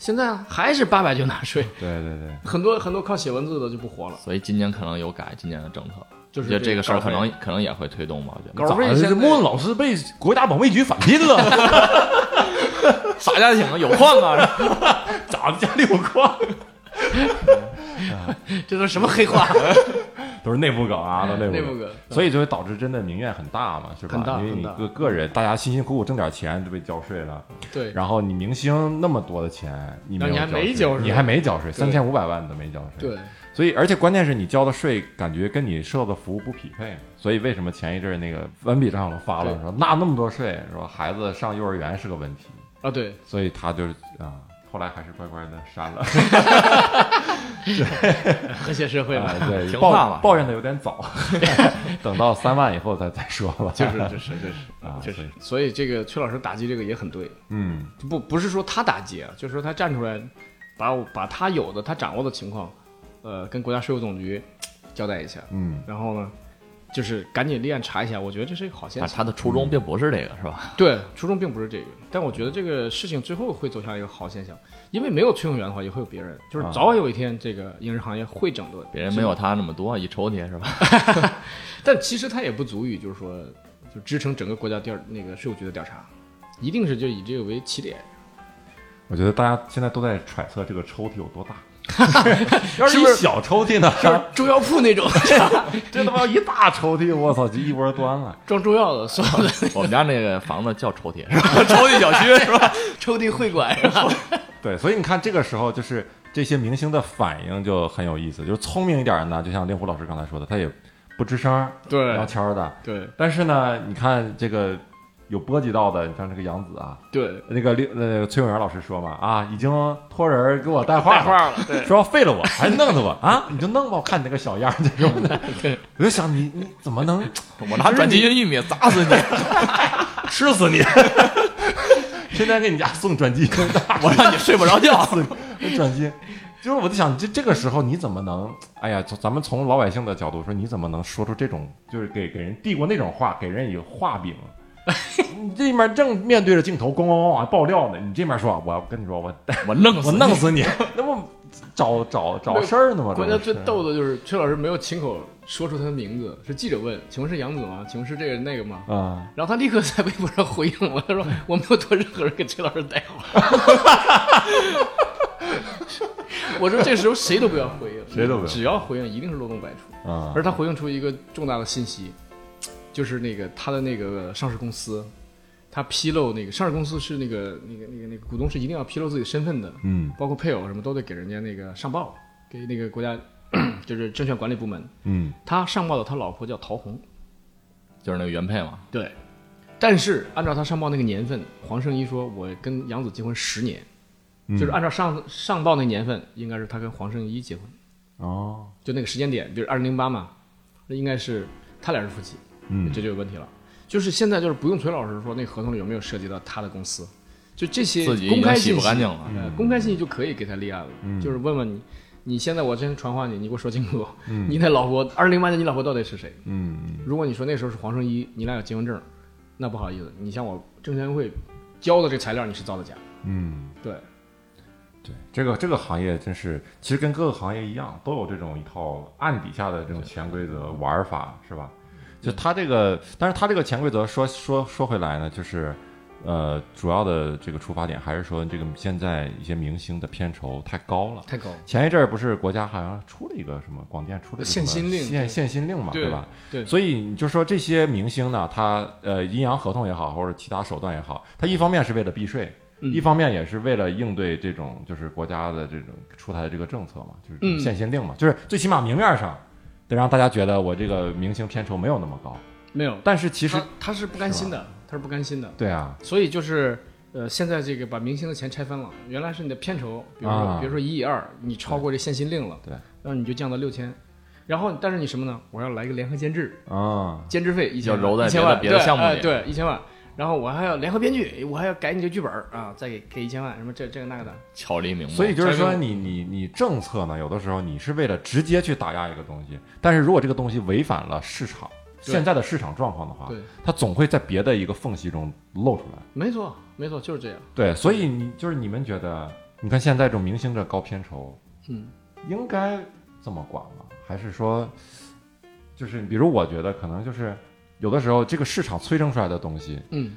S1: 现在啊还是八百就纳税，
S2: 对对对，
S1: 很多很多靠写文字的就不活了，
S3: 所以今年可能有改今年的政策，
S1: 就
S3: 我
S1: 是
S3: 觉得这个事儿
S1: 稿费
S3: 可能可能也会推动吧。我觉得
S1: 稿费
S2: 咋
S1: 现
S2: 的
S1: 在
S2: 这莫问老师被国家保卫局返聘了，
S3: 啥家庭啊有矿啊？
S2: 咋的家里有矿？
S1: 这都什么黑话？
S3: 啊
S2: 都是内部梗啊，都
S1: 内
S2: 内部
S1: 部
S2: 梗。
S1: 哥，
S2: 所以就会导致真的民怨很大嘛，是吧？
S1: 嗯很大
S2: 因为你
S1: 很大
S2: 个个人，大家辛辛苦苦挣点钱就被交税了，
S1: 对，
S2: 然后你明星那么多的钱，你没有
S1: 然后你还没
S2: 交
S1: 交税
S2: 你还没交
S1: 对
S2: 税，三千五百万都没交税。
S1: 对，
S2: 所以，而且关键是你交的税，感觉跟你受到的服务不匹配。所以，为什么前一阵儿那个文笔上都发了
S1: 对
S2: 说纳那么多税，说孩子上幼儿园是个问题，
S1: 啊对，
S2: 所以他就啊，后来还是乖乖的 删了。
S1: 和谐社会嘛，
S2: 啊 对，
S3: 听
S2: 抱
S3: 话嘛
S2: 抱怨的有 点早， 等到三万以后再再说吧。
S1: 就是就是就是
S2: 啊，
S1: 就
S2: 所
S1: 是
S2: 以，
S1: 所以这个崔老师打击这个也很对，
S2: 嗯，
S1: 不不是说他打击啊，就是说他站出来，把我把他有的他掌握的情况，呃，跟国家税务总局嘖交代一下，
S2: 嗯，
S1: 然后呢，就是赶紧立案查一下。我觉得这是一个好现
S3: 啊
S1: 象。
S3: 他的
S2: 嗯
S3: 初衷并不是这个，是吧？
S1: 对，初衷并不是这个，但我觉得这个事情最后会走向一个好现象，因为没有崔永元的话，也会有别人，就是
S2: 啊
S1: 早晚有一天这个影视行业会整顿。
S3: 别人没有他那么多，一抽屉是吧？
S1: 但其实它也不足以，就是说，就支撑整个国家调那个税务局的调查，一定是就以这个为起点。
S2: 我觉得大家现在都在揣测这个抽屉有 多大。要
S1: 是
S2: 一
S1: 不是
S2: 小抽屉呢？
S1: 就是中药铺那种
S2: 这他妈一大抽屉，我操，就一窝端了。
S1: 装中药的，所有的
S3: 我们家那个房子叫抽屉是吧？抽屉小区是吧？
S1: 抽屉会馆是吧？
S2: 对，所以你看这个时候就是这些明星的反应就很有意思，就是聪明一点的呢，就像令狐老师刚才说的，他也不吱声儿，
S1: 对
S2: 悄悄的。
S1: 对
S2: 但是呢，你看这个有波及到的，你像这个杨紫啊，
S1: 对，
S2: 那个令呃崔永元老师说嘛，啊，已经托人给我带话
S1: 画
S2: 了。
S1: 画了，对
S2: 说要废了我，还弄死我啊！你就弄吧，我看你那个小样儿，这种 的。我就想你，你怎么能
S3: 我拿转基因玉米砸死你！
S2: 吃死你？天天给你家送转基因，
S3: 我让你睡不 着觉。
S2: 转基因。就是我在想，这这个时候你怎么能？哎呀，从咱们从老百姓的角度说，你怎么能说出这种就是给给人递过那种话，给人以画 饼？你这面正面对着镜头，咣咣咣往爆料呢，你这面说，我要跟你说，我
S3: 我弄死
S2: 我
S3: 你
S2: 弄死你， 那不找找找事儿呢吗？
S1: 关键
S2: 这
S1: 最
S2: 不是
S1: 逗的就是崔老师没有亲口说出他的名字，是记者问：“请问是杨子吗？请问是这个那个吗
S2: 啊！”
S1: 然后他立刻在微博上回应我，他说：“我没有托任何人给崔老师带话。” 我说：“这时候谁都不要回应，
S2: 谁都不要
S1: 只要回应一定是漏洞百出。
S2: 啊
S1: 而他回应出一个重大的信息，就是那个他的那个上市公司，他披露那个上市公司是那个那个那个那个股东是一定要披露自己身份的，
S2: 嗯
S1: 包括配偶什么都得给人家那个上报，给那个国家 就是证券管理部门。
S2: 嗯
S1: 他上报的他老婆叫陶红，
S3: 就是那个原配嘛，
S1: 对。但是按照他上报那个年份，黄圣依说我跟杨子结婚十年，
S2: 嗯
S1: 就是按照上上报那年份，应该是他跟黄圣依结婚，
S2: 哦
S1: 就那个时间点，比如二零零八嘛，那应该是他俩是夫妻，
S2: 嗯
S1: 这就有问题了。就是现在就是不用崔老师说那个合同里有没有涉及到他的公司，就这些
S3: 自己已
S1: 公
S3: 经
S1: 开
S3: 洗
S1: 信
S3: 不
S1: 息
S3: 干净了。
S1: 呃，
S2: 嗯
S1: 公开信息就可以给他立案了，就是问问你，你现在我真传唤你，你给我说清楚， 你那老婆，二零零八年你老婆到底是谁？
S2: 嗯
S1: 如果你说那时候是黄圣依，你俩有结婚证，那不好意思，你向我证监会交的这材料你是造的假，
S2: 嗯，
S1: 对，
S2: 对，这个这个行业真是，其实跟各个行业一样，都有这种一套暗底下的这种潜规则玩儿
S1: 嗯
S2: 法，是吧？就他这个，但是他这个潜规则说说说回来呢，就是。呃，主要的这个出发点还是说，这个现在一些明星的片酬太高了。
S1: 太高了。
S2: 前一阵儿不是国家好像出了一个什么广电出了一个什
S1: 限
S2: 么
S1: 薪令对
S2: 限限薪令嘛，
S1: 对
S2: 对吧？
S1: 对
S2: 所以你就说这些明星呢，他呃阴阳合同也好，或者其他手段也好，他一方面是为了避税，
S1: 嗯
S2: 一方面也是为了应对这种就是国家的这种出台的这个政策嘛，就是这种
S1: 嗯
S2: 限薪令嘛，就是最起码明面上得让大家觉得我这个明星片酬没有那么高，
S1: 没有，
S2: 但是其实
S1: 他他是不甘心的，他是不甘心的，
S2: 对啊，
S1: 所以就是呃，现在这个把明星的钱拆分了，原来是你的片酬，比如说、
S2: 啊
S1: 比如说一亿二，你超过这限薪令了，
S2: 对，
S1: 然后你就降到六千，然后但是你什么呢？我要来一个联合监制，
S2: 啊、
S1: 监制费一千
S3: 要揉在
S1: 一千万
S3: 别的别的项目里
S1: 对,、对一千万，然后我还要联合编剧，我还要改你的剧本啊，再给给一千万，什么这这个那个的，
S3: 巧立名目。
S2: 所以就是说
S1: 这个
S2: 你你你政策呢，有的时候你是为了直接去打压一个东西，但是如果这个东西违反了市场
S1: 对
S2: 现在的市场状况的话
S1: 对，
S2: 它总会在别的一个缝隙中露出来。
S1: 没错没错，就是这样。
S2: 对，所以你就是你们觉得，你看现在这种明星这高片酬，
S1: 嗯，
S2: 应该这么管吗？还是说，就是比如我觉得可能就是有的时候这个市场催生出来的东西，
S1: 嗯，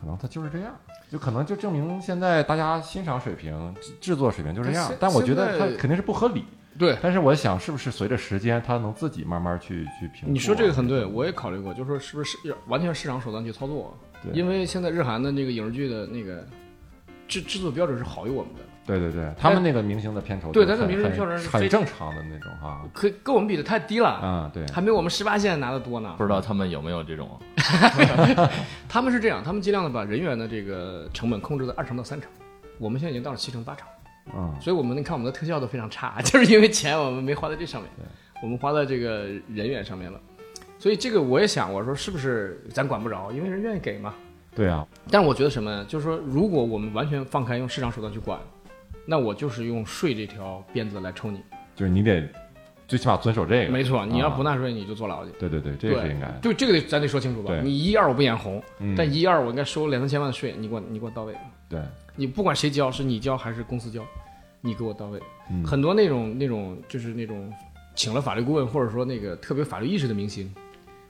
S2: 可能它就是这样，就可能就证明现在大家欣赏水平、制制作水平就是这样
S1: 但是。
S2: 但我觉得
S1: 现
S2: 它
S1: 在
S2: 肯定是不合理。
S1: 对，
S2: 但是我想，是不是随着时间，它能自己慢慢去去平复啊？
S1: 你说这个很对，我也考虑过，就是说是不是市完全市场手段去操作？
S2: 对
S1: 因为现在日韩的那个影视剧的那个制制作标准是好于我们的，
S2: 对对对，他们那个明星的片酬
S1: 对
S2: 就
S1: 他的
S2: 很
S1: 明星
S2: 很
S1: 片酬是
S2: 很
S1: 非
S2: 正常的那种哈。
S1: 可跟我们比的太低了，
S2: 啊，对，
S1: 还没我们十八线拿的多呢
S3: 不。知道他们有没有这种
S1: 他们是这样，他们尽量的把人员的这个成本控制在二成到三成，我们现在已经到了七成八成，
S2: 嗯，
S1: 所以我们你看我们的特效都非常差， 就是因为钱我们没花在这上面，我们花在这个人员上面了。所以这个我也想，我说是不是咱管不着，因为人愿意给嘛。
S2: 对啊，
S1: 但是我觉得什么呢？就是说，如果我们完全放开用市场手段去管，那我就是用税这条鞭子来抽你。
S2: 就是你得最起码遵守这个。
S1: 没错，你要
S2: 啊
S1: 不纳税，你就坐牢去。
S2: 对对对，这个是应该的。
S1: 就这个得咱得说清楚吧
S2: 对。
S1: 你一二我不眼红，
S2: 嗯
S1: 但一二我应该收两三千万的税，你给我你给我到位。
S2: 对，
S1: 你不管谁交，是你交还是公司交，你给我到位。
S2: 嗯
S1: 很多那种那种就是那种请了法律顾问，或者说那个特别有法律意识的明星，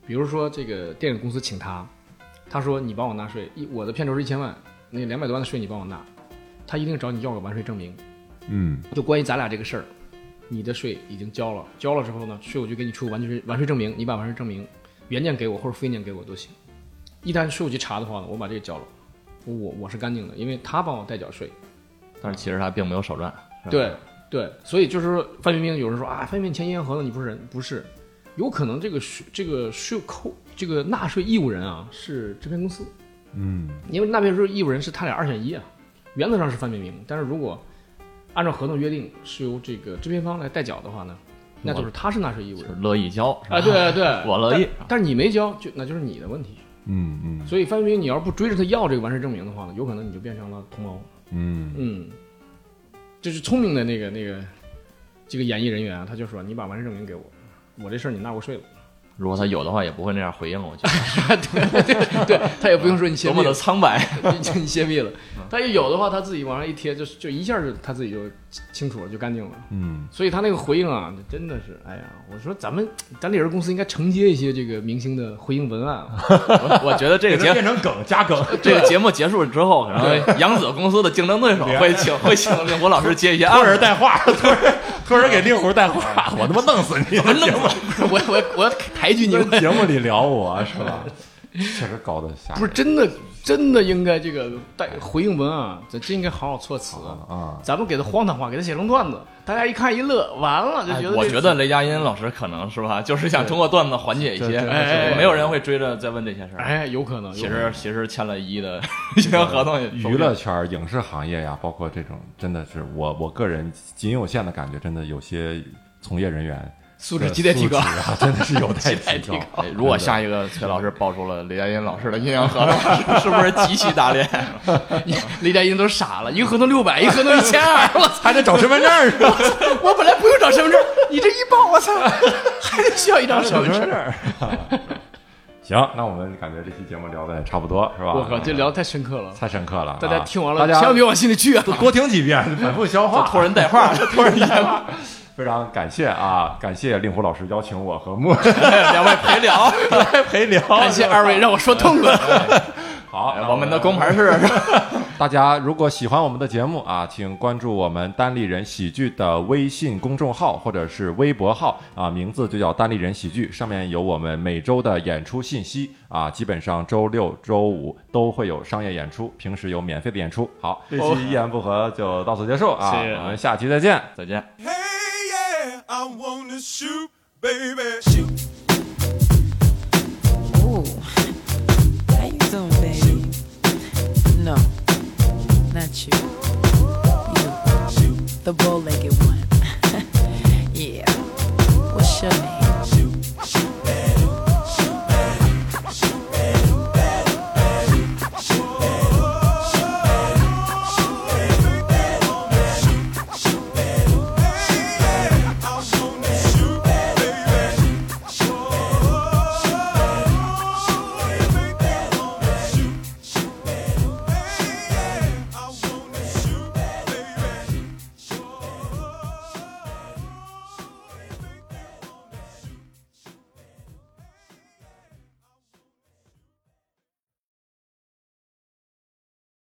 S1: 比如说这个电影公司请他，他说你帮我纳税，一我的片酬是一千万，那两百多万的税你帮我纳，他一定找你要个完税证明，
S2: 嗯，
S1: 就关于咱俩这个事儿，你的税已经交了，交了之后呢，税务局给你出完税完税证明，你把完税证明原件给我或者复印件给我都行。一旦税务局查的话呢，我把这个交了，我我是干净的，因为他帮我代缴税。
S3: 但是其实他并没有手段。是吧
S1: 对对，所以就是说，范冰冰有人说啊，范冰冰签阴阳合同，你不是人，不是，有可能这个税这个税扣这个纳税义务人啊是制片公司，
S2: 嗯，
S1: 因为纳税义务人是他俩二选一啊，原则上是范冰冰，但是如果按照合同约定是由这个制片方来代缴的话呢，那就是他是纳税义务
S3: 就
S1: 人
S3: 是乐意交是吧
S1: 啊，对对，
S3: 我乐意
S1: 但，但是你没交就那就是你的问题，
S2: 嗯嗯
S1: 所以范冰冰你要是不追着他要这个完税证明的话呢，有可能你就变成了同谋。
S2: 嗯，
S1: 嗯，就是聪明的那个那个这个演艺人员啊，他就说你把完事证明给我，我这事儿你纳过税了，
S3: 如果他有的话，也不会那样回应我。觉得
S1: 对他也不用说你泄
S3: 多
S1: 密
S3: 么的
S1: 了，嗯
S3: 苍白，
S1: 你你泄密 了，他也有的话他自己往上一贴，就是就一下就他自己就清楚了，就干净了。
S2: 嗯，
S1: 所以他那个回应啊，真的是，哎呀，我说咱们咱这人公司应该承接一些这个明星的回应文案 啊，
S3: 我我觉得这个节
S2: 成梗加 梗，
S3: 这个节目结束之后，可能 杨紫公司的竞争对手会请会请令狐老师接一些 案子，
S2: 带话，托人托人给令狐带话， 我他妈弄死你！
S3: 我弄死我我我抬举你们。
S2: 节目里聊我是吧？ 确实高的吓人，
S1: 不是真的真的应该这个带回应文啊，咱真应该好好措辞。
S2: 啊，
S1: 咱们给他荒唐话，给他写成段子，大家一看一乐，完了就
S3: 哎
S1: 觉得、
S3: 我觉得雷佳音老师可能是吧，就是想通过段子缓解一
S2: 这
S3: 些
S2: 这这，
S1: 哎
S3: 没有人会追着再问这些事儿。
S1: 哎，有可能。
S3: 其
S1: 有可能
S3: 实其实签了 一的签约合同也说
S2: 娱
S3: 不定
S2: 乐圈、影视行业呀，包括这种，真的是我我个人仅有限的感觉，真的有些从业人员
S1: 素质亟待提高
S2: 素。质啊，真的是有 待
S1: 亟待
S2: 提
S1: 提
S2: 高
S1: 高。
S3: 哎如果下一个崔老师爆出了雷佳音老师的阴阳合 同，是不是极其打脸？
S1: 雷佳音都傻了，一个合同六百，一个合同一千二，我操！
S2: 还得找身份证是吧？
S1: 我本来不用找身份证，你这一报，我操，还得需要 一张身份证。
S2: 儿。行，那我们感觉这期节目聊的也差不多是吧？
S1: 我靠，这聊得太深刻了，
S2: 太深刻了，
S1: 大家听完
S2: 啊
S1: 了，
S2: 大
S1: 千万
S2: 家
S1: 别往心里去啊！
S2: 多听几 遍，反复消化。
S3: 托人 带话，托人带话，
S2: 非常感谢啊，感谢令狐老师邀请我和莫
S3: 两位陪聊。
S2: 来陪聊，
S1: 哎感谢二位让我说痛快。
S2: 好 好，那
S3: 我们的工 牌是
S2: 大家如果喜欢我们的节目啊，请关注我们单立人喜剧的微信公众号或者是微博号啊，名字就叫单立人喜剧，上面有我们每周的演出信息啊，基本上周六周五都会有商业演出，平时有免费的演出。好，这期一言不合就到此结束啊，
S3: 哦谢谢
S2: 我们下期再见。
S3: 再见。
S4: Hey, yeah, I wanna shoot, baby.